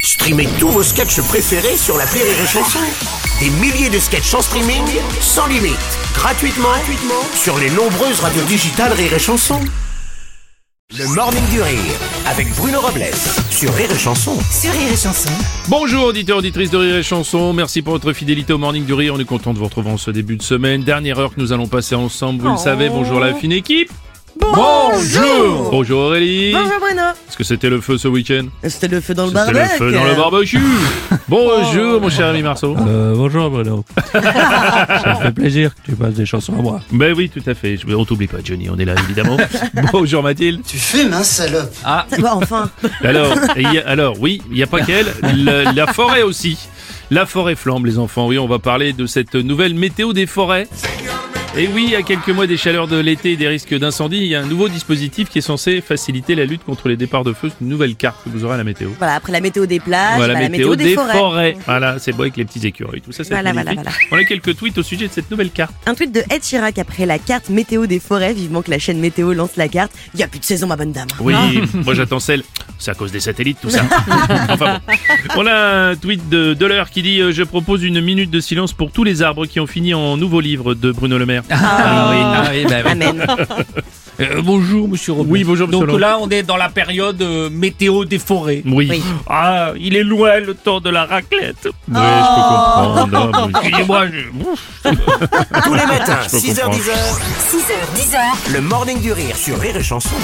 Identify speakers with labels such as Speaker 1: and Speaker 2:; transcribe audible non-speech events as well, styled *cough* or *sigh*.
Speaker 1: Streamez tous vos sketchs préférés sur la Rire et Chanson. Des milliers de sketchs en streaming, sans limite, gratuitement, gratuitement sur les nombreuses radios digitales Rire et Chanson. Le Morning du Rire avec Bruno Robles sur Rire et Chanson.
Speaker 2: sur Rire et Chanson.
Speaker 3: Bonjour auditeurs, auditrices de Rire et Chanson, merci pour votre fidélité au Morning du Rire, on est content de vous retrouver en ce début de semaine, dernière heure que nous allons passer ensemble, vous le savez, bonjour la fine équipe Bonjour Bonjour Aurélie
Speaker 4: Bonjour Eh ben, Bruno
Speaker 3: Est-ce que c'était le feu ce week-end
Speaker 4: C'était le feu dans le
Speaker 3: C'était
Speaker 4: barbecue
Speaker 3: le feu dans le barbecue Bonjour mon cher ami Marceau
Speaker 5: Euh, bonjour
Speaker 3: *laughs*
Speaker 5: Bruno. Ça me fait plaisir que tu passes des chansons à moi.
Speaker 3: Ben oui, tout à fait, Je- on t'oublie pas Johnny, on est là
Speaker 5: *laughs*
Speaker 3: évidemment. bonjour Mathilde
Speaker 6: Tu fumes, hein, salope
Speaker 3: Ah,
Speaker 4: Bah, enfin,
Speaker 3: alors, il y a- alors oui, il n'y a pas qu'elle, la, la forêt aussi. La forêt flambe, les enfants. Oui, on va parler de cette nouvelle météo des forêts. Et oui, à quelques mois des chaleurs de l'été et des risques d'incendie, il y a un nouveau dispositif qui est censé faciliter la lutte contre les départs de feu. C'est une nouvelle carte que vous aurez à la météo.
Speaker 4: voilà, après la météo des plages,
Speaker 3: Voilà,
Speaker 4: bah, la météo, des, forêts.
Speaker 3: Voilà, c'est beau avec les petits écureuils. Tout ça, c'est
Speaker 4: Voilà,
Speaker 3: magnifique.
Speaker 4: voilà,
Speaker 3: On a quelques tweets au sujet de cette nouvelle carte.
Speaker 4: Un tweet de Ed Chirac après la carte météo des forêts, vivement que la chaîne météo lance la carte. Il y a plus de saison, ma bonne dame.
Speaker 3: Oui, *laughs* moi j'attends celle. C'est à cause des satellites, tout
Speaker 7: *laughs*
Speaker 3: ça. enfin bon. On a un tweet de Deleur qui dit euh, Je propose une minute de silence pour tous les arbres qui ont fini en nouveau livre de Bruno Le Maire.
Speaker 7: Ah oui, ah oui, bah oui.
Speaker 4: Amen.
Speaker 7: Euh, bonjour monsieur Robin.
Speaker 3: Oui, bonjour, monsieur
Speaker 7: Donc
Speaker 3: Robin.
Speaker 7: là, on est dans la période euh, météo des forêts.
Speaker 3: Oui.
Speaker 4: Oui.
Speaker 3: Ah, il est loin le temps de la raclette. Oui,
Speaker 7: Oh.
Speaker 3: je peux comprendre.
Speaker 7: *laughs*
Speaker 3: Excusez-moi,
Speaker 1: Tous les matins,
Speaker 3: peux
Speaker 1: 6h10,
Speaker 3: 6h,
Speaker 1: 10h,
Speaker 2: 6h, 10h,
Speaker 1: le Morning du Rire sur Rire et Chanson.